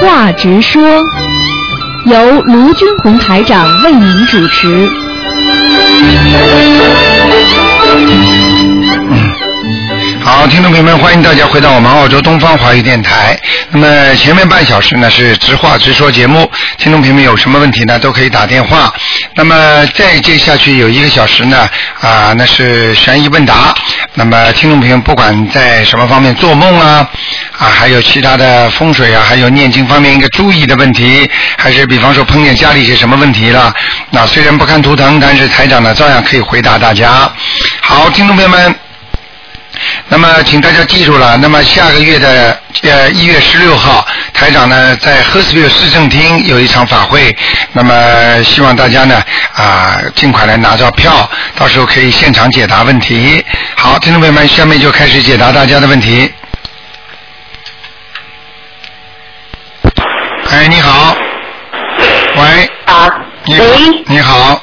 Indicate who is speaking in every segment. Speaker 1: 话直说，由卢军红台长为您主持。
Speaker 2: 好，听众朋友们，欢迎大家回到我们澳洲东方华语电台。那么前面半小时呢是直话直说节目，听众朋友们有什么问题呢都可以打电话。那么再接下去有一个小时呢啊、那是悬疑问答。那么听众朋友不管在什么方面做梦啊啊，还有其他的风水啊，还有念经方面一个注意的问题，还是比方说碰见家里一些什么问题了，那虽然不看图腾，但是台长呢照样可以回答大家。好，听众朋友们。那么，请大家记住了。那么，下个月的呃一月十六号，台长呢在赫斯比尔市政厅有一场法会。那么，希望大家呢啊、尽快来拿到票，到时候可以现场解答问题。好，听众朋友们，下面就开始解答大家的问题。哎，你好，喂，
Speaker 3: 啊，
Speaker 2: 你
Speaker 3: 喂，
Speaker 2: 你好，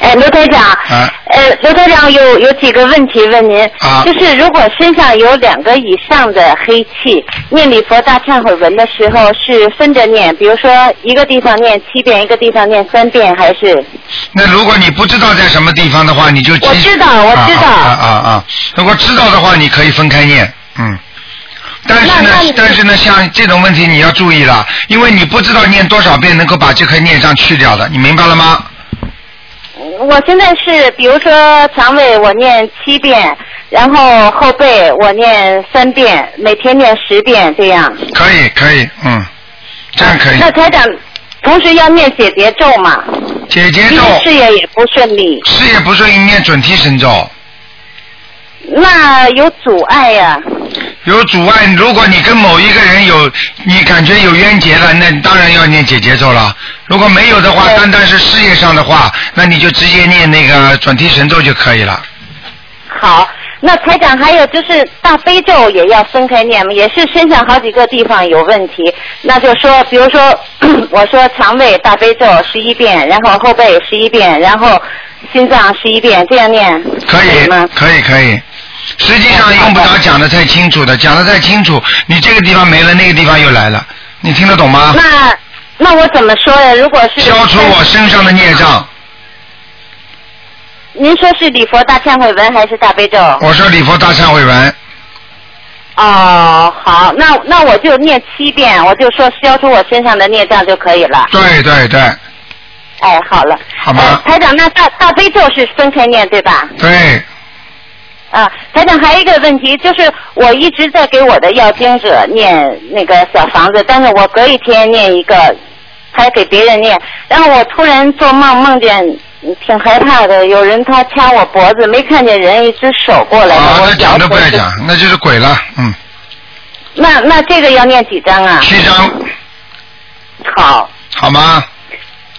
Speaker 3: 哎，刘台长，
Speaker 2: 啊
Speaker 3: 呃，刘台长有有几个问题问您，
Speaker 2: 啊
Speaker 3: 就是如果身上有两个以上的黑气，念礼佛大忏悔文的时候是分着念，比如说一个地方念七遍，一个地方念三遍，还是
Speaker 2: 那如果你不知道在什么地方的话，你就记
Speaker 3: 我知道我知道
Speaker 2: 啊啊啊啊啊如果知道的话，你可以分开念，嗯。但是呢
Speaker 3: 那那你，
Speaker 2: 但是呢，像这种问题你要注意了，因为你不知道念多少遍能够把这颗孽障去掉的，你明白了吗？
Speaker 3: 嗯我现在是，比如说肠胃我念七遍，然后后背我念三遍，每天念十遍这样。
Speaker 2: 可以，可以，嗯，这样可以。
Speaker 3: 那台长，同时要念解结咒嘛？
Speaker 2: 姐姐
Speaker 3: 因
Speaker 2: 咒
Speaker 3: 为事业也不顺利，
Speaker 2: 事业不顺，应念准提神咒。
Speaker 3: 那有阻碍呀、
Speaker 2: 有阻碍，如果你跟某一个人有，你感觉有冤结了，那你当然要念姐姐咒了。如果没有的话，
Speaker 3: 对
Speaker 2: 单单是事业上的话，那你就直接念那个转提神咒就可以了。
Speaker 3: 好，那台长还有就是大悲咒也要分开念嘛，也是身上好几个地方有问题。那就说，比如说 我说肠胃大悲咒十一遍，然后后背十一遍，然后心脏十一遍，这样念
Speaker 2: 可以
Speaker 3: 吗？，
Speaker 2: 可以，可以。实际上用不着讲的太清楚的，讲的太清楚，你这个地方没了，那个地方又来了，你听得懂吗？
Speaker 3: 那那我怎么说呀？如果是
Speaker 2: 啊
Speaker 3: 哎
Speaker 2: 消除我身上的孽障。
Speaker 3: 您说是礼佛大忏悔文还是大悲咒？
Speaker 2: 我说礼佛大忏悔文，
Speaker 3: 哦，好，那那我就念七遍，我就说消除我身上的孽障就可以了。
Speaker 2: 对对对
Speaker 3: 哎，好了。
Speaker 2: 好吗
Speaker 3: 呃台长，那大大悲咒是分开念对吧？
Speaker 2: 对，
Speaker 3: 啊，
Speaker 2: 哦
Speaker 3: 台长还有一个问题，就是我一直在给我的要经者念那个小房子，但是我隔一天念一个，还给别人念，然后我突然做梦梦见。挺害怕的，有人他掐我脖子，没看见人，一只手过来
Speaker 2: 啊
Speaker 3: 了，，我
Speaker 2: 那讲
Speaker 3: 摇
Speaker 2: 都不要
Speaker 3: 头就
Speaker 2: 讲，那就是鬼了，嗯，
Speaker 3: 那那这个要念几张啊？
Speaker 2: 七张，
Speaker 3: 好，
Speaker 2: 好吗？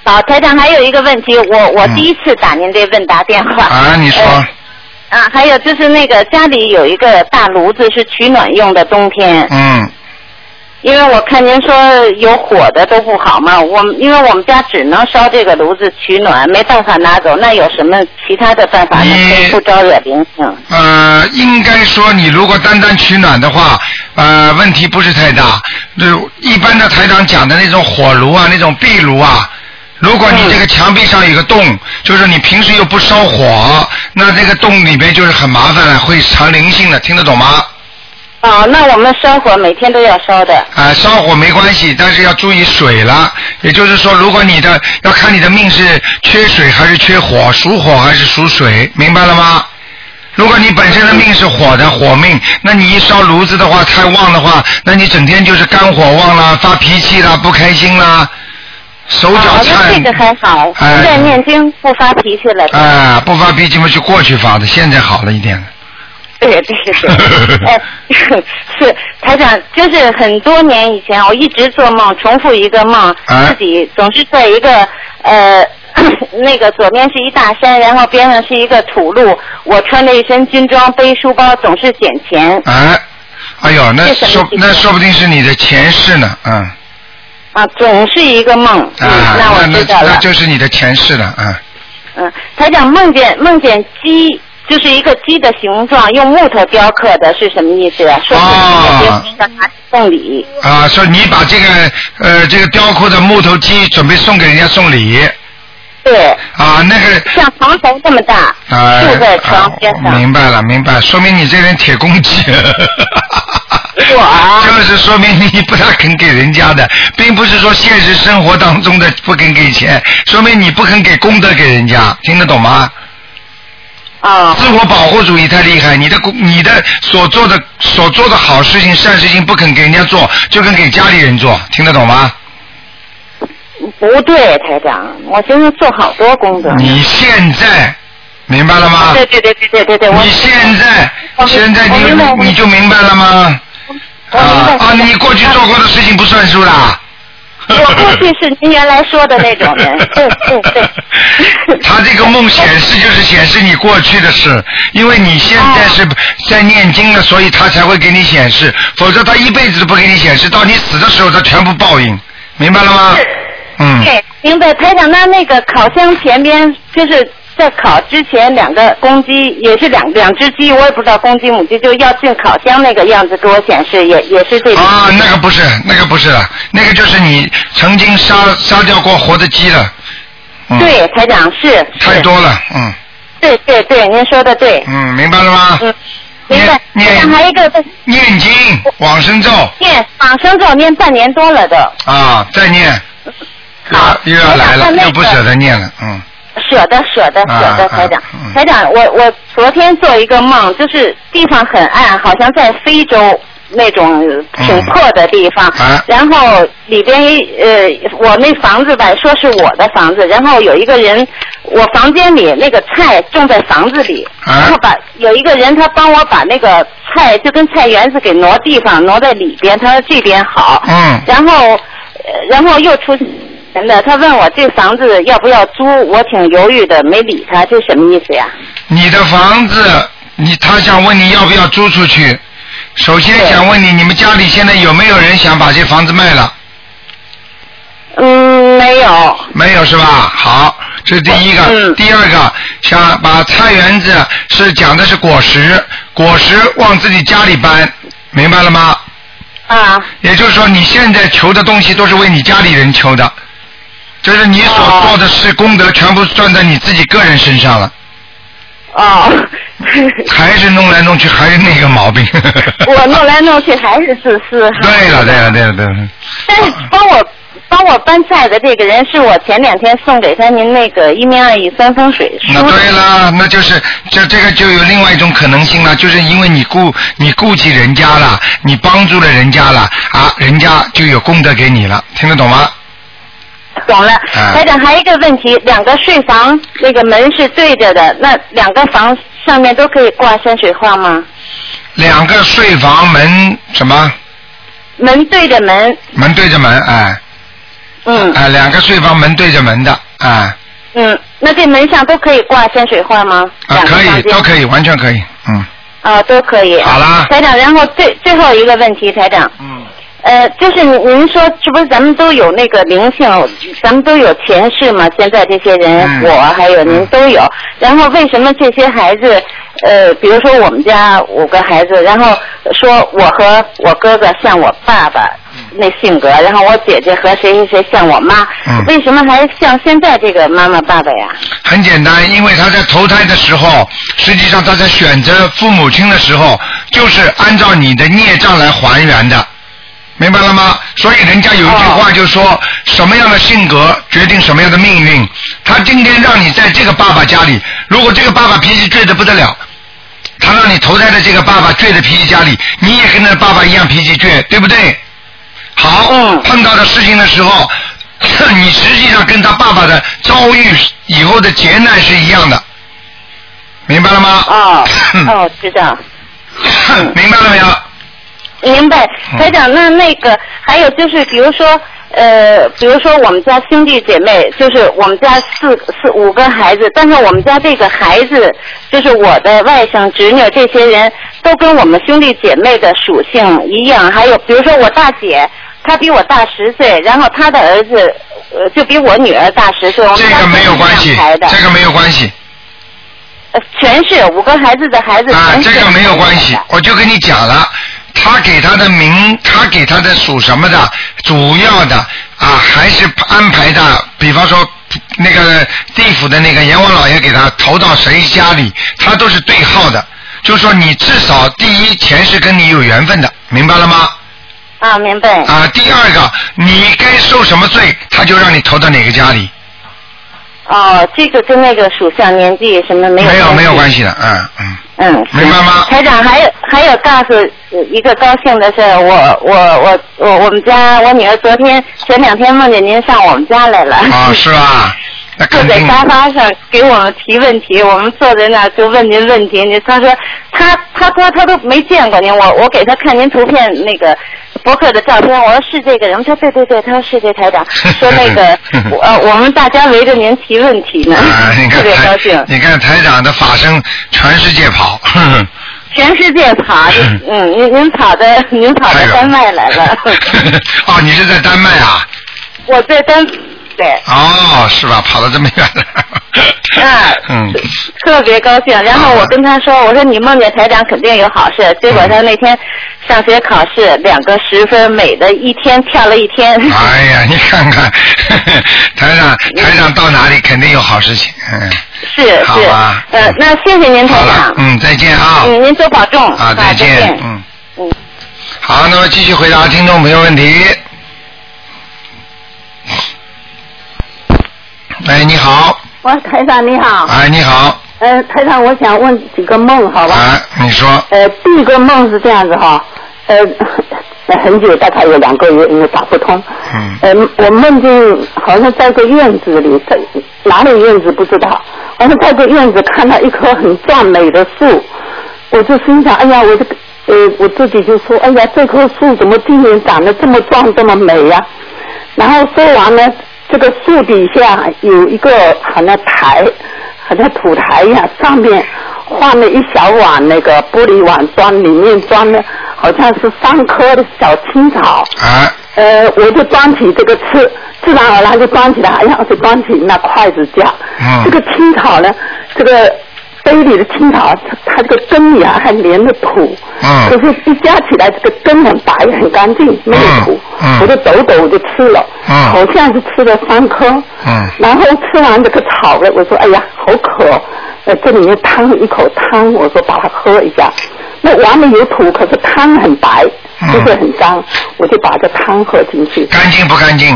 Speaker 3: 好，台长还有一个问题，我我
Speaker 2: 嗯
Speaker 3: 第一次打您这问答电话。
Speaker 2: 啊，你说。
Speaker 3: 呃啊，还有就是那个家里有一个大炉子是取暖用的，冬天，
Speaker 2: 嗯，
Speaker 3: 因为我看您说有火的都不好嘛，我们因为我们家只能烧这个炉子取暖，没办法拿走，那有什么其他的办法呢？
Speaker 2: 你
Speaker 3: 可以不招惹灵性？
Speaker 2: 呃，应该说你如果单单取暖的话，呃，问题不是太大。就一般的台长讲的那种火炉啊，那种壁炉啊，如果你这个墙壁上有个洞，就是你平时又不烧火，那这个洞里面就是很麻烦了，会藏灵性的，听得懂吗？
Speaker 3: 哦，那我们烧火每天都要烧的。
Speaker 2: 啊、烧火没关系，但是要注意水了。也就是说，如果你的要看你的命是缺水还是缺火，属火还是属水，明白了吗？如果你本身的命是火的火命，那你一烧炉子的话太旺的话，那你整天就是肝火旺啦，发脾气啦，不开心啦，手脚
Speaker 3: 哦，那
Speaker 2: 颤。
Speaker 3: 这个还好，现
Speaker 2: 哎
Speaker 3: 在念经不发脾气了。
Speaker 2: 啊、不发脾气嘛，就过去发的，现在好了一点了。
Speaker 3: 对对 对，哎，是台长，就是很多年以前，我一直做梦，重复一个梦，
Speaker 2: 啊
Speaker 3: 自己总是在一个呃 那个左边是一大山，然后边上是一个土路，我穿着一身军装，背书包，总是捡钱
Speaker 2: 哎，哎呦，那
Speaker 3: 这什么
Speaker 2: 说
Speaker 3: 意思
Speaker 2: 那说不定是你的前世呢，嗯，啊，
Speaker 3: 啊，总是一个梦。嗯，那我
Speaker 2: 那
Speaker 3: 知道
Speaker 2: 那
Speaker 3: 了。
Speaker 2: 啊就是你的前世了，嗯。
Speaker 3: 嗯，台长梦见梦见鸡就是一个鸡的形状，用木头雕刻的，是什么意思？说是
Speaker 2: 哦
Speaker 3: 给别人送礼。
Speaker 2: 啊，说你把这个呃这个雕刻的木头鸡准备送给人家送礼
Speaker 3: 对，
Speaker 2: 啊，那个
Speaker 3: 像床头这么大，
Speaker 2: 啊
Speaker 3: 就在
Speaker 2: 啊
Speaker 3: 床边上。
Speaker 2: 明白了，明白，说明你这人铁公鸡。
Speaker 3: 哇
Speaker 2: 就是说明你不大肯给人家的，并不是说现实生活当中的不肯给钱，说明你不肯给功德给人家，听得懂吗？
Speaker 3: 啊
Speaker 2: 自我保护主义太厉害，你的功你的所做的所做的好事情、善事情不肯给人家做，就跟给家里人做，听得懂吗？
Speaker 3: 不对，台长，我现在做好多工作。
Speaker 2: 你现在明白了吗？
Speaker 3: 对对对对对对对，我
Speaker 2: 你现在
Speaker 3: 我明
Speaker 2: 现在
Speaker 3: 我明白我明
Speaker 2: 你
Speaker 3: 白
Speaker 2: 你就明白了吗？
Speaker 3: 我明白
Speaker 2: 啊啊！你过去做过的事情不算数啦。
Speaker 3: 我过去是您原来说的那种 人，对对对。
Speaker 2: 他这个梦显示就是显示你过去的事，因为你现在
Speaker 3: 哦
Speaker 2: 是在念经了，所以他才会给你显示，否则他一辈子都不给你显示，到你死的时候他全部报应，明白了吗
Speaker 3: 是？
Speaker 2: 嗯，
Speaker 3: 对，明白。台长，那那个烤箱前边就是在烤之前，两个公鸡也是两两只鸡，我也不知道公鸡母鸡，就要进烤箱那个样子给我显示，也也是这种。
Speaker 2: 啊，那个不是，那个不是了，那个就是你曾经杀杀掉过活的鸡了，嗯，
Speaker 3: 对，台长是。
Speaker 2: 太
Speaker 3: 是。
Speaker 2: 多了，嗯
Speaker 3: 对对对，您说的对。
Speaker 2: 嗯，明白了吗？
Speaker 3: 嗯，明白。
Speaker 2: 念
Speaker 3: 台长还有一个问
Speaker 2: 念经往生咒
Speaker 3: 念往生咒念半年多了都。
Speaker 2: 啊，再念，
Speaker 3: 好
Speaker 2: 又要来了
Speaker 3: 台长，那
Speaker 2: 又不
Speaker 3: 个
Speaker 2: 舍得念了，嗯。
Speaker 3: 舍得舍得
Speaker 2: 啊
Speaker 3: 舍得，台长
Speaker 2: 啊嗯，
Speaker 3: 台长，我我昨天做一个梦，就是地方很暗，好像在非洲那种挺破的地方，
Speaker 2: 啊
Speaker 3: 然后里边呃，我那房子吧，说是我的房子，然后有一个人，我房间里那个菜种在房子里，
Speaker 2: 啊
Speaker 3: 然后把有一个人他帮我把那个菜就跟菜园子给挪地方，挪在里边，他说这边好，
Speaker 2: 嗯
Speaker 3: 然后，呃然后又出钱的，他问我这房子要不要租，我挺犹豫的，没理他，这什么意思呀？
Speaker 2: 你的房子，你他想问你要不要租出去？首先
Speaker 3: 对
Speaker 2: 想问你，你们家里现在有没有人想把这房子卖了？
Speaker 3: 嗯，没有。
Speaker 2: 没有是吧？好，这是第一个。
Speaker 3: 嗯
Speaker 2: 第二个，想把菜园子是讲的是果实，果实往自己家里搬，明白了吗？
Speaker 3: 啊
Speaker 2: 也就是说，你现在求的东西都是为你家里人求的，就是你所
Speaker 3: 哦
Speaker 2: 做的事功德全部算在你自己个人身上了，
Speaker 3: 哦，
Speaker 2: 还是弄来弄去还是那个毛病。
Speaker 3: 我弄来弄去还是自私。
Speaker 2: 对了，对了，对了，对了。
Speaker 3: 但是帮我帮我搬菜的这个人是我前两天送给他您那个一命二意三风水书
Speaker 2: 那
Speaker 3: 的。
Speaker 2: 对啦，那就是这这个就有另外一种可能性了，就是因为你顾你顾及人家了，你帮助了人家了啊，人家就有功德给你了，听得懂吗？
Speaker 3: 懂了，
Speaker 2: 嗯
Speaker 3: 台长还有一个问题，两个睡房那个门是对着的，那两个房上面都可以挂山水画吗？
Speaker 2: 两个睡房门什么
Speaker 3: 门对着门，
Speaker 2: 门对着门，哎
Speaker 3: 嗯
Speaker 2: 哎，两个睡房门对着门的，哎
Speaker 3: 嗯，那这门上都可以挂山水画吗？
Speaker 2: 啊
Speaker 3: 两个
Speaker 2: 可以
Speaker 3: 房间
Speaker 2: 都可以，完全可以，嗯
Speaker 3: 啊、都可以。
Speaker 2: 好啦
Speaker 3: 台长，然后最最后一个问题，台长，
Speaker 2: 嗯，
Speaker 3: 呃，就是您您说，是不是咱们都有那个灵性，咱们都有前世嘛？现在这些人，
Speaker 2: 嗯
Speaker 3: 我还有您
Speaker 2: 嗯
Speaker 3: 都有。然后为什么这些孩子，呃，比如说我们家五个孩子，然后说我和我哥哥像我爸爸那性格，然后我姐姐和谁谁谁像我妈，
Speaker 2: 嗯
Speaker 3: 为什么还像现在这个妈妈爸爸呀？
Speaker 2: 很简单，因为他在投胎的时候，实际上他在选择父母亲的时候，就是按照你的孽障来还原的，明白了吗？所以人家有一句话就说，什么样的性格决定什么样的命运。他今天让你在这个爸爸家里，如果这个爸爸脾气倔得不得了，他让你投胎的这个爸爸倔的脾气家里，你也跟那爸爸一样脾气倔，对不对？好，
Speaker 3: 嗯
Speaker 2: 碰到的事情的时候， 你实际上跟他爸爸的遭遇以后的劫难是一样的，明白了吗？
Speaker 3: 哦
Speaker 2: 嗯
Speaker 3: 哦，知道。
Speaker 2: 明白了没有？
Speaker 3: 明白，
Speaker 2: 嗯
Speaker 3: 台长，那那个还有就是，比如说，呃，比如说我们家兄弟姐妹，就是我们家四四五个孩子，但是我们家这个孩子，就是我的外甥、侄女这些人，都跟我们兄弟姐妹的属性一样。还有比如说我大姐，她比我大十岁，然后她的儿子，呃，就比我女儿大十岁。我们
Speaker 2: 这
Speaker 3: 家
Speaker 2: 个没有关系
Speaker 3: 排的，
Speaker 2: 这个没有关系，
Speaker 3: 呃全是五个孩子的孩子。
Speaker 2: 啊，
Speaker 3: 全
Speaker 2: 这
Speaker 3: 是
Speaker 2: 个没有关系，我就跟你讲了，他给他的名，他给他的属什么的，主要的啊，还是安排的，比方说那个地府的那个阎王老爷给他投到谁家里，他都是对号的，就是说你至少第一前世跟你有缘分的，明白了吗？
Speaker 3: 啊，明白。
Speaker 2: 啊，第二个你该受什么罪，他就让你投到哪个家里，
Speaker 3: 哦，这个跟那个属相、年纪什么没有
Speaker 2: 没有没有关
Speaker 3: 系。
Speaker 2: 系的，嗯嗯。
Speaker 3: 嗯，
Speaker 2: 明白吗
Speaker 3: 台长还有还有告诉呃一个高兴的事儿，我我我我我们家我女儿昨天前两天梦见您上我们家来了，
Speaker 2: 啊，是吧？那
Speaker 3: 坐
Speaker 2: 肯
Speaker 3: 在
Speaker 2: 定。
Speaker 3: 沙发上给我们提问题，我们坐在那儿就问您问题，您她说她她说她都没见过您，我我给她看您图片那个。博客的照片，我说是这个人吗，她说对对对，她说是这 台长，说那个我呃我们大家围着您提问题 呢，
Speaker 2: 啊，嗯 你
Speaker 3: 特
Speaker 2: 看
Speaker 3: 别高兴
Speaker 2: 台，，你看台长的法身全世界跑，
Speaker 3: 全世界 跑，嗯，您您跑的您跑
Speaker 2: 太
Speaker 3: 到
Speaker 2: 远
Speaker 3: 丹麦来了，
Speaker 2: 哦，你是在丹麦啊？
Speaker 3: 我在丹，对，
Speaker 2: 哦，是吧？跑到这么远 了。嗯
Speaker 3: 嗯，特别高兴。然后我跟他说，
Speaker 2: 嗯
Speaker 3: 我说你梦见台长肯定有好事。结果他那天上学考试两个十分，美的一天跳了一天。
Speaker 2: 哎呀，你看看， 台长
Speaker 3: 嗯
Speaker 2: 台长到哪里肯定有好事情。嗯，
Speaker 3: 是
Speaker 2: 好
Speaker 3: 是
Speaker 2: 吧，
Speaker 3: 呃，那谢谢您
Speaker 2: 好
Speaker 3: 台
Speaker 2: 了
Speaker 3: 长，，
Speaker 2: 嗯，再见啊。
Speaker 3: 嗯，您多保重，
Speaker 2: 啊，再见，嗯。
Speaker 3: 嗯。
Speaker 2: 好，那么继续回答听众朋友问题。哎，你好，
Speaker 4: 喂，台长你好，
Speaker 2: 哎，你好，
Speaker 4: 呃，台长，我想问几个梦，好吧？
Speaker 2: 哎，你说，
Speaker 4: 呃，第一个梦是这样子哈，呃， 很久，大概有两个月，因为打不通。
Speaker 2: 嗯，
Speaker 4: 呃，我梦见好像在一个院子里，在哪里院子不知道，好像在一个院子看到一棵很壮美的树，我就心想，哎呀，我这个呃，我自己就说，哎呀，这棵树怎么今年长得这么壮，这么美呀、然后说完呢，这个树底下有一个好像台，好像土台一样，上面放了一小碗那个玻璃碗装，里面装了好像是三颗的小青草。
Speaker 2: 哎，
Speaker 4: 呃，我就端起这个吃，自然而然就端起来，哎呀，我就端起那筷子夹。
Speaker 2: 嗯
Speaker 4: 这个青草呢，这个杯里的青草，它它这个根呀、还连着土。
Speaker 2: 嗯
Speaker 4: 可是，一夹起来，这个根很白，很干净，没有土。
Speaker 2: 嗯嗯
Speaker 4: 我就抖抖，我就吃了。
Speaker 2: 嗯
Speaker 4: 好像是吃了三颗。
Speaker 2: 嗯
Speaker 4: 然后吃完这个草了，我说哎呀，好渴哦，呃，这里面汤一口汤，我说把它喝一下。那碗里有土，可是汤很白，
Speaker 2: 嗯
Speaker 4: 不是很脏，我就把这汤喝进去，
Speaker 2: 干净不干净？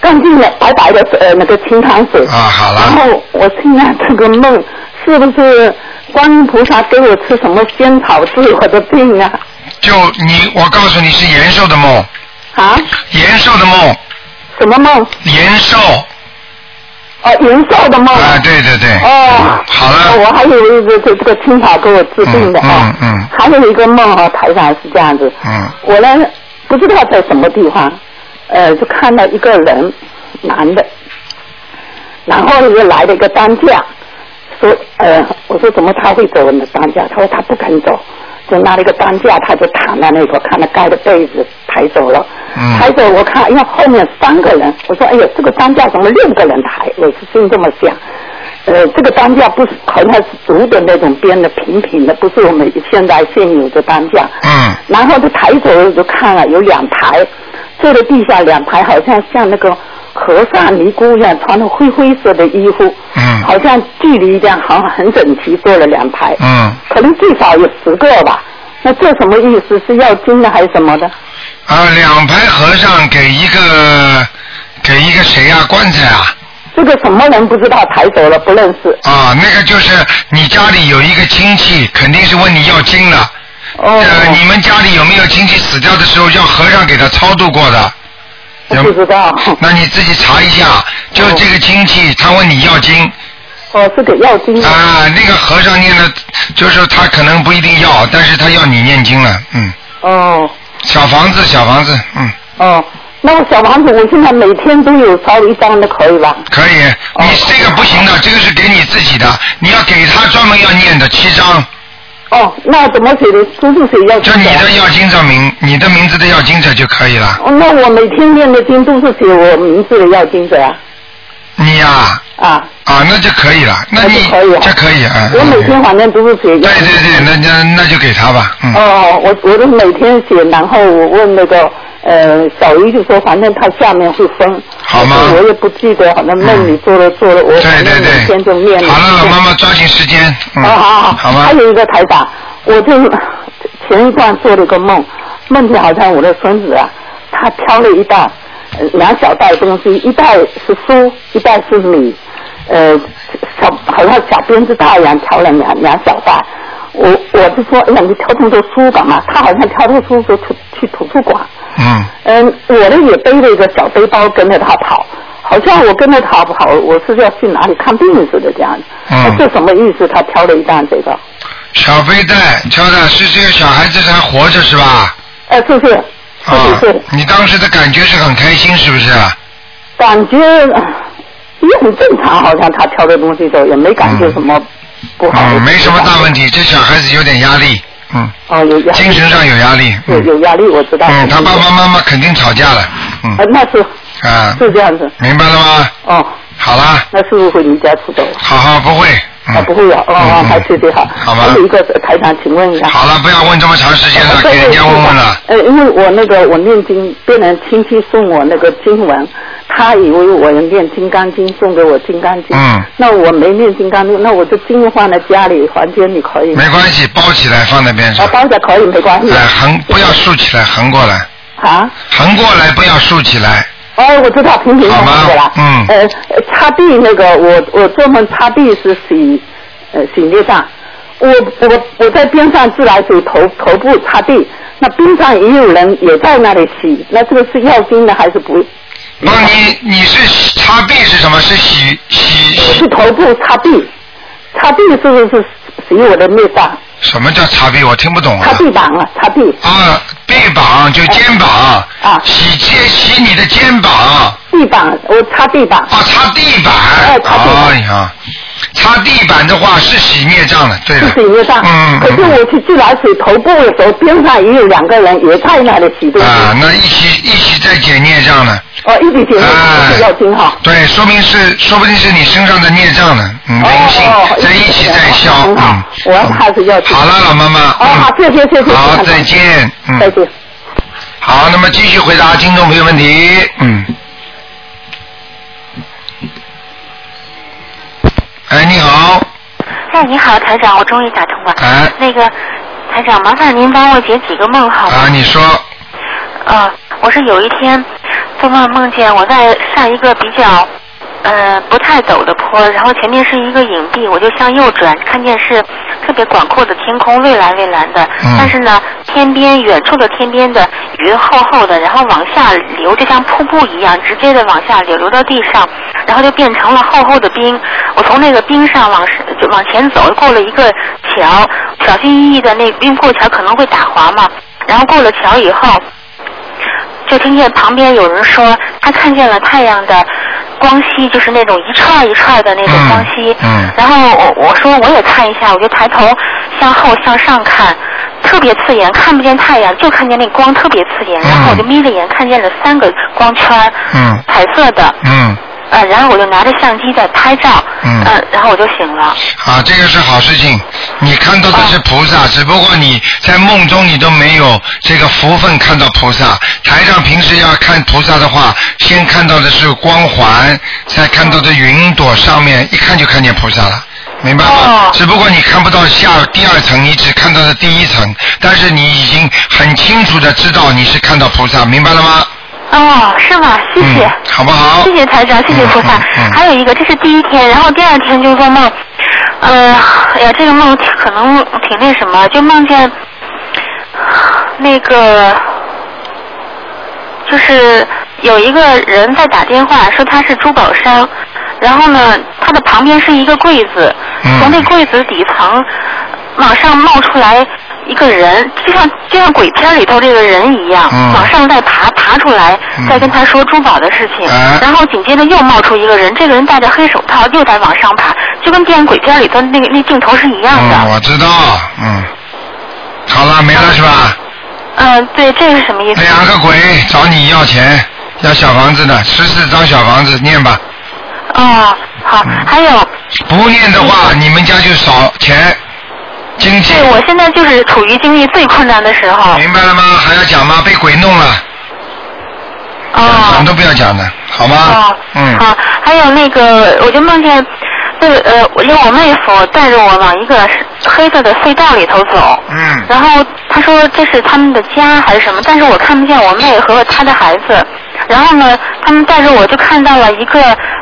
Speaker 4: 干净了白白的呃那个清汤水。
Speaker 2: 啊，好
Speaker 4: 然
Speaker 2: 了，
Speaker 4: 后我现在这个梦是不是观音菩萨给我吃什么仙草治我的病啊？
Speaker 2: 就你，我告诉你是延寿的梦，
Speaker 4: 啊？
Speaker 2: 延寿的梦，
Speaker 4: 什么梦？
Speaker 2: 延寿，
Speaker 4: 哦，延寿的梦。
Speaker 2: 啊，对对对，
Speaker 4: 哦，
Speaker 2: 好
Speaker 4: 哦
Speaker 2: 了，
Speaker 4: 我还有一个这这个青草给我治病的啊，
Speaker 2: 嗯嗯嗯
Speaker 4: 还有一个梦啊，台长是这样子，
Speaker 2: 嗯
Speaker 4: 我呢不知道在什么地方，呃，就看到一个人，男的，然后又来了一个担架，说呃，我说怎么他会走呢？担架，他说他不肯走，就拿了一个担架，他就躺在那个看他盖的被子抬走了，
Speaker 2: 嗯
Speaker 4: 抬走我看，哎呀，后面三个人，我说哎呀，这个担架怎么六个人抬？我是心这么想。呃，这个担架不是好像是竹的那种编的平平的，不是我们现在现有的担架。
Speaker 2: 嗯
Speaker 4: 然后就抬走我就看啊了有两排，坐在地下两排，好像像那个和尚尼姑一样，穿着灰灰色的衣服，
Speaker 2: 嗯
Speaker 4: 好像距离这样好像很整齐坐了两排，
Speaker 2: 嗯，
Speaker 4: 可能最少有十个吧。那这什么意思？是要经的还是什么的？
Speaker 2: 啊，两排和尚给一个给一个谁啊？棺材啊？
Speaker 4: 这个什么人不知道抬走了，不认识。
Speaker 2: 啊，那个就是你家里有一个亲戚，肯定是问你要经的。
Speaker 4: 哦，
Speaker 2: 呃，你们家里有没有亲戚死掉的时候要和尚给他超度过的？
Speaker 4: 我不知道。
Speaker 2: 那你自己查一下，就这个亲戚他问你要经
Speaker 4: 哦，是给要经的。
Speaker 2: 啊，那个和尚念的，就是他可能不一定要，但是他要你念经了，嗯，
Speaker 4: 哦
Speaker 2: 小房子，小房子，嗯，
Speaker 4: 哦，那我小房子，我现在每天都有烧一张的，可以吧？
Speaker 2: 可以，
Speaker 4: 哦
Speaker 2: 你这个不行的，这个是给你自己的，你要给他专门要念的七张，
Speaker 4: 哦，那怎么写的？叔叔写要
Speaker 2: 就
Speaker 4: 经的
Speaker 2: 你的要经者名，你的名字的要经者就可以了，
Speaker 4: 哦，那我每天念的经都是写我名字的要经者啊。
Speaker 2: 你呀、
Speaker 4: 啊、啊，
Speaker 2: 啊，那就可以了，那你
Speaker 4: 那就可以了
Speaker 2: 这可以啊。嗯
Speaker 4: 我每天反正都是写。
Speaker 2: 对对对，那那那就给他吧，嗯。
Speaker 4: 哦，我我都每天写，然后我问那个呃小姨就说，反正她下面会分。
Speaker 2: 好吗嗯
Speaker 4: 我也不记得，好像梦里做了做了，我
Speaker 2: 对
Speaker 4: 反
Speaker 2: 对
Speaker 4: 正每天就念
Speaker 2: 对，
Speaker 4: 了。
Speaker 2: 好了，老妈妈抓紧时间，嗯，
Speaker 4: 哦好好
Speaker 2: 好吗
Speaker 4: 还？有一个台长，我就前一段做了个梦，梦见好像我的孙子啊，他挑了一袋呃两小袋东西，一袋是书，一袋是米，呃，小好像小编织袋一样挑了两两小袋。我我就说，哎呀，你挑这么多书干嘛？他好像挑着书说去去图书馆。
Speaker 2: 嗯，
Speaker 4: 嗯，我呢也背了一个小背包跟着他跑，好像我跟着他跑，我是要去哪里看病似的这样。
Speaker 2: 嗯
Speaker 4: 那这什么意思？他挑了一担这个，
Speaker 2: 小飞带挑的是这个小孩子还活着是吧？
Speaker 4: 哎，是不是？
Speaker 2: 啊
Speaker 4: 是不是？，
Speaker 2: 你当时的感觉是很开心是不是？
Speaker 4: 感觉呃也很正常，好像他挑的东西都也没感觉什么不好。
Speaker 2: 嗯，没什么大问。题，这小孩子有点压力，嗯，
Speaker 4: 哦，有压力。
Speaker 2: 精神上有压力，
Speaker 4: 有
Speaker 2: 嗯，
Speaker 4: 有压力，我知道。
Speaker 2: 嗯，他爸爸妈妈肯定吵架了，
Speaker 4: 呃。
Speaker 2: 嗯，
Speaker 4: 那是
Speaker 2: 啊，
Speaker 4: 是这样子。
Speaker 2: 明白了吗？
Speaker 4: 哦，
Speaker 2: 好啦，
Speaker 4: 那是不是会离家出走？
Speaker 2: 好好不会，嗯
Speaker 4: 啊，不会有，哦哦
Speaker 2: 嗯，
Speaker 4: 还是最好。
Speaker 2: 好吧
Speaker 4: 还有一个啊台长，请问一下。
Speaker 2: 好了，不要问这么长时间了，
Speaker 4: 对
Speaker 2: 给人家问问了。。
Speaker 4: 对对呃，因为我那个我念经，别人亲戚送我那个经文，他以为我念金刚经，送给我金刚经。
Speaker 2: 嗯。
Speaker 4: 那我没念金刚经，那我就经放在家里房间里可以吗？
Speaker 2: 没关系，包起来放在边
Speaker 4: 啊
Speaker 2: 上，。
Speaker 4: 包着可以没关系。
Speaker 2: 哎，横不要竖起来，横过来，
Speaker 4: 啊。
Speaker 2: 横过来不要竖起来。
Speaker 4: 哦，我知道，平平
Speaker 2: 好
Speaker 4: 常
Speaker 2: 吗
Speaker 4: 常的啦。
Speaker 2: 嗯
Speaker 4: 呃，呃擦地那个，我我做梦擦地是洗，呃，洗内脏。我我我在边上自来水头头部擦地，那边上也有人也在那里洗，那这个是要经的还是不？
Speaker 2: 不，你你是擦壁是什么？是洗洗
Speaker 4: 我
Speaker 2: 洗
Speaker 4: 是头部擦地，擦地是不是洗我的内脏？
Speaker 2: 什么叫擦壁？我听不懂
Speaker 4: 擦
Speaker 2: 啊。
Speaker 4: 地板了，擦地，
Speaker 2: 啊，臂膀就肩膀。
Speaker 4: 啊
Speaker 2: 洗肩洗你的肩膀啊，
Speaker 4: 地板我擦地板。
Speaker 2: 擦地板。
Speaker 4: 哎擦地板
Speaker 2: 哎呀，擦地板的话是洗孽障的，对
Speaker 4: 是
Speaker 2: 了。
Speaker 4: 洗内脏，
Speaker 2: 嗯。
Speaker 4: 可是
Speaker 2: 嗯
Speaker 4: 我去自来水头部的时候，边上也有两个人也在那里洗，对不对？
Speaker 2: 啊，那一起一起在解孽障呢。
Speaker 4: 哦，一笔姐妹
Speaker 2: 哎
Speaker 4: 是要经哈。
Speaker 2: 对，说明是，说不定是你身上的孽障呢，嗯，灵性
Speaker 4: 哦，
Speaker 2: 在一起在消，
Speaker 4: 很
Speaker 2: 嗯
Speaker 4: 好，我要怕是要紧
Speaker 2: 好了，老妈妈。
Speaker 4: 哦，好，谢谢谢谢
Speaker 2: 嗯，
Speaker 4: 谢谢。
Speaker 2: 好，再见，
Speaker 4: 再
Speaker 2: 嗯，
Speaker 4: 见。
Speaker 2: 好，那么继续回答听众朋友问题，嗯。哎，你好，
Speaker 5: 哎，你好，台长，我终于打通了。
Speaker 2: 哎
Speaker 5: 那个台长，麻烦您帮我解几个梦好吗？
Speaker 2: 啊，你说，嗯
Speaker 5: 啊、我是有一天做梦梦见我在上一个比较呃不太陡的坡，然后前面是一个影壁，我就向右转，看见是特别广阔的天空，蔚蓝蔚蓝的。
Speaker 2: 嗯
Speaker 5: 但是呢，天边远处的天边的云厚厚的，然后往下流，就像瀑布一样，直接的往下流，流到地上，然后就变成了厚厚的冰。我从那个冰上往上就往前走，过了一个桥，小心翼翼的那因为过桥可能会打滑嘛，然后过了桥以后。就听见旁边有人说，他看见了太阳的光熙，就是那种一串一串的那种光熙。
Speaker 2: 嗯嗯
Speaker 5: 然后我我说我也看一下，我就抬头向后向上看，特别刺眼，看不见太阳，就看见那光特别刺眼。
Speaker 2: 嗯
Speaker 5: 然后我就眯着眼看见了三个光圈，
Speaker 2: 嗯
Speaker 5: 彩色的。
Speaker 2: 嗯，
Speaker 5: 呃，然后我就拿着相机在拍照，
Speaker 2: 嗯
Speaker 5: 呃，然后我就醒了。
Speaker 2: 啊，这个是好事情，你看到的是
Speaker 5: 啊
Speaker 2: 菩萨，只不过你在梦中你都没有这个福分看到菩萨。台上平时要看菩萨的话，先看到的是光环，再看到的云朵上面，一看就看见菩萨了。明白吗
Speaker 5: 哦？
Speaker 2: 只不过你看不到下第二层，你只看到了第一层，但是你已经很清楚的知道你是看到菩萨，明白了吗？
Speaker 5: 哦，是吗？谢谢。
Speaker 2: 嗯，好不好？
Speaker 5: 谢谢台长，谢谢菩萨。
Speaker 2: 嗯嗯嗯
Speaker 5: 还有一个，这是第一天，然后第二天就做梦，呃，哎呀，这个梦挺可能挺那什么，就梦见那个，就是有一个人在打电话说他是珠宝商，然后呢，他的旁边是一个柜子，
Speaker 2: 嗯
Speaker 5: 从那柜子底层往上冒出来。一个人就像就像鬼片里头这个人一样，
Speaker 2: 嗯
Speaker 5: 往上再爬爬出来，
Speaker 2: 嗯
Speaker 5: 再跟他说珠宝的事情，
Speaker 2: 哎
Speaker 5: 然后紧接着又冒出一个人，这个人戴着黑手套，又在往上爬，就跟电影鬼片里头那个那镜头是一样啊
Speaker 2: 嗯，
Speaker 5: 的。
Speaker 2: 我知道，嗯，好了，没了是吧？
Speaker 5: 嗯、对，这是什
Speaker 2: 哎
Speaker 5: 么意思？
Speaker 2: 两个鬼找你要钱，要小房子的，十四张小房子念吧。
Speaker 5: 哦，好，
Speaker 2: 嗯
Speaker 5: 还有，
Speaker 2: 不念的话，你们家就少钱，经济。
Speaker 5: 嗯对我现在就是处于经济最困难的时候。
Speaker 2: 明白了吗？还要讲吗？被鬼弄了，
Speaker 5: 哦
Speaker 2: 讲。都不要讲的，好吗
Speaker 5: 哦？，
Speaker 2: 嗯，
Speaker 5: 好，还有那个，我就梦见，就是呃，我让我妹夫带着我往一个黑色的隧道里头走，
Speaker 2: 嗯，
Speaker 5: 然后他说这是他们的家还是什么，但是我看不见我妹和她的孩子。然后呢，他们带着我就看到了一个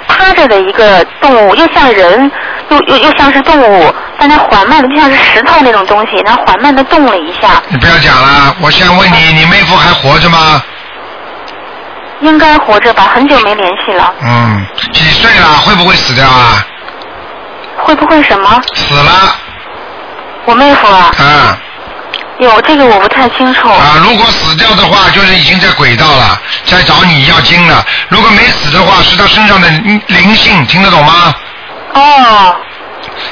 Speaker 5: 趴着的一个动物，又像人，又又又像是动物，但它缓慢的，就像是石头那种东西，然后缓慢的动了一下，
Speaker 2: 你不要讲了。我先问你，你妹夫还活着吗？
Speaker 5: 应该活着吧，很久没联系了，
Speaker 2: 嗯，几岁了？会不会死掉啊？
Speaker 5: 会不会什么？
Speaker 2: 死了
Speaker 5: 我妹夫啊，
Speaker 2: 啊
Speaker 5: 有这个我不太清楚。
Speaker 2: 啊！如果死掉的话，就是已经在轨道了，在找你要经了。如果没死的话，是他身上的灵灵性，听得懂吗？
Speaker 5: 哦，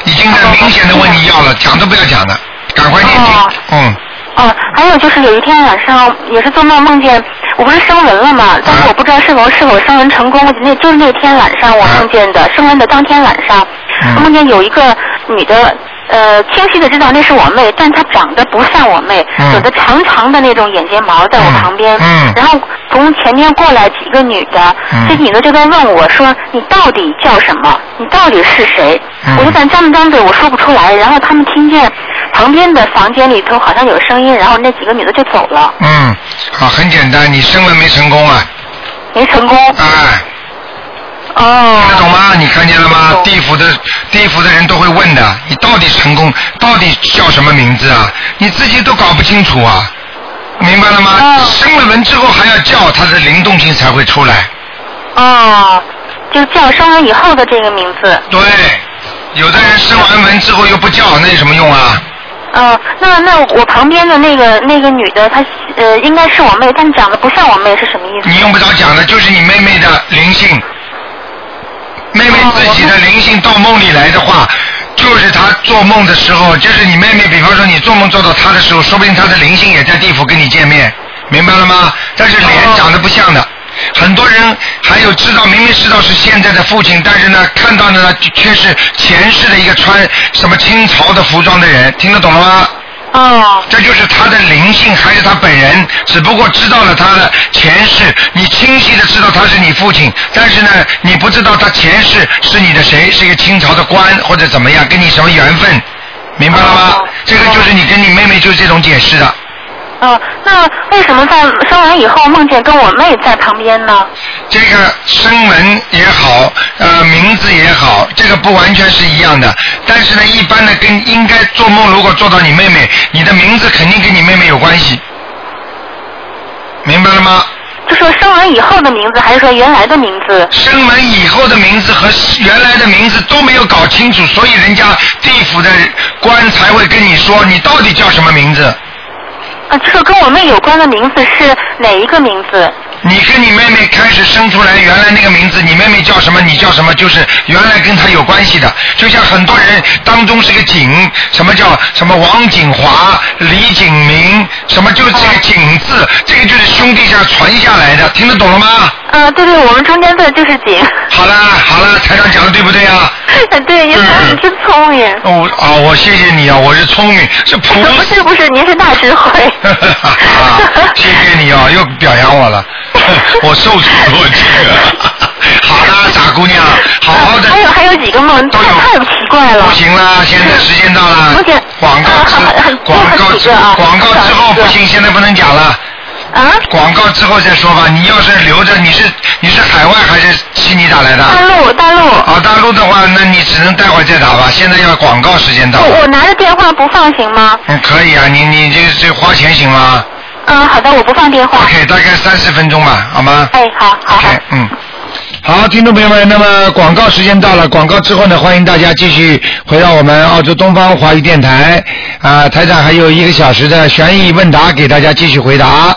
Speaker 2: 已经在明显的问你要了，讲都不要讲了，赶快念经
Speaker 5: 哦。
Speaker 2: 嗯，
Speaker 5: 哦，还有就是有一天晚上也是做梦梦见，我不是升文了嘛，但是我不知道是否是否升文成功，那就是那天晚上我
Speaker 2: 啊
Speaker 5: 梦见的，升文的当天晚上，
Speaker 2: 嗯
Speaker 5: 我梦见有一个女的。呃，清晰的知道那是我妹，但她长得不像我妹，
Speaker 2: 嗯
Speaker 5: 有的长长的那种眼睫毛在我旁边，
Speaker 2: 嗯嗯
Speaker 5: 然后从前面过来几个女的，
Speaker 2: 嗯
Speaker 5: 这女的就在问我说：“你到底叫什么？你到底是谁？”
Speaker 2: 嗯
Speaker 5: 我就敢张不张嘴，我说不出来。然后他们听见旁边的房间里头好像有声音，然后那几个女的就走了，
Speaker 2: 嗯，好，很简单，你升文没成功啊？
Speaker 5: 没成功。
Speaker 2: 哎，
Speaker 5: 哦
Speaker 2: 听得懂吗？你看见了吗？
Speaker 5: 懂
Speaker 2: 地府的地府的人都会问的，你到底成功，到底叫什么名字啊？你自己都搞不清楚啊，明白了吗？
Speaker 5: 嗯
Speaker 2: 升了文之后还要叫，它的灵动性才会出来。
Speaker 5: 哦，就叫生完以后的这个名字。
Speaker 2: 对，有的人升完文之后又不叫，那有什么用啊？
Speaker 5: 呃，那那我旁边的那个那个女的，她呃应该是我妹，但是长得不像我妹，是什么意思？
Speaker 2: 你用不着讲的，就是你妹妹的灵性，妹妹自己的灵性到梦里来的话，就是她做梦的时候，就是你妹妹，比方说你做梦做到她的时候，说不定她的灵性也在地府跟你见面，明白了吗？但是脸长得不像的。很多人还有知道，明明知道是现在的父亲，但是呢，看到的呢却是前世的一个穿什么清朝的服装的人，听得懂了吗？
Speaker 5: 哦
Speaker 2: 这就是他的灵性，还是他本人，只不过知道了他的前世，你清晰的知道他是你父亲，但是呢，你不知道他前世是你的谁，是一个清朝的官或者怎么样，跟你什么缘分，明白了吗？
Speaker 5: 哦
Speaker 2: 这个就是你跟你妹妹就是这种解释的，
Speaker 5: 哦，那为什么在生完以后梦见跟我妹在旁边呢？
Speaker 2: 这个声纹也好，呃，名字也好，这个不完全是一样的，但是呢，一般的跟应该做梦如果做到你妹妹，你的名字肯定跟你妹妹有关系，明白了吗？
Speaker 5: 就说生完以后的名字，还是说原来的名字？
Speaker 2: 生门以后的名字和原来的名字都没有搞清楚，所以人家地府的官才会跟你说你到底叫什么名字。
Speaker 5: 啊，就说跟我妹有关的名字是哪一个名字？
Speaker 2: 你跟你妹妹开始生出来原来那个名字，你妹妹叫什么，你叫什么，就是原来跟她有关系的。就像很多人当中是个景，什么叫什么王景华、李景明，什么就是这个景字，这个就是兄弟下传下来的，听得懂了吗？
Speaker 5: 啊，对对，我们中间的就是景。
Speaker 2: 好啦好啦，台长讲的对不对啊？
Speaker 5: 对，您
Speaker 2: 嗯
Speaker 5: 你真聪明。
Speaker 2: 哦啊、我谢谢你啊，我是聪明，是菩
Speaker 5: 不
Speaker 2: 萨。。
Speaker 5: 是不是，您是大智慧
Speaker 2: 啊谢谢你哦，又表扬我了，我受宠若惊啊！ 好啦，傻姑娘，好好的
Speaker 5: 还，有哎还有几个梦，
Speaker 2: 都
Speaker 5: 太
Speaker 2: 有
Speaker 5: 太奇怪了
Speaker 2: 不。行啦，现在时间到了
Speaker 5: 不行，
Speaker 2: 广告
Speaker 5: 啊
Speaker 2: 之
Speaker 5: 好很
Speaker 2: 广告
Speaker 5: 多很
Speaker 2: 之
Speaker 5: 几个啊
Speaker 2: 广告之后
Speaker 5: 很多
Speaker 2: 不行，现在不能讲了，
Speaker 5: 啊？
Speaker 2: 广告之后再说吧。你要是留着，你是你是海外还是悉尼打来的？
Speaker 5: 大陆大陆，
Speaker 2: 啊，大陆的话，那你只能待会儿再打吧。现在要广告时间到了。
Speaker 5: 我我拿着电话不放行吗？
Speaker 2: 嗯，可以啊，你你这这花钱行吗
Speaker 5: 嗯，好的，我不放电话。
Speaker 2: ？OK，大概三十分钟吧，好吗
Speaker 5: 哎，好好好。
Speaker 2: ？OK，嗯。好，听众朋友们，那么广告时间到了，广告之后呢，欢迎大家继续回到我们澳洲东方华语电台啊、台长还有一个小时的悬疑问答给大家继续回答。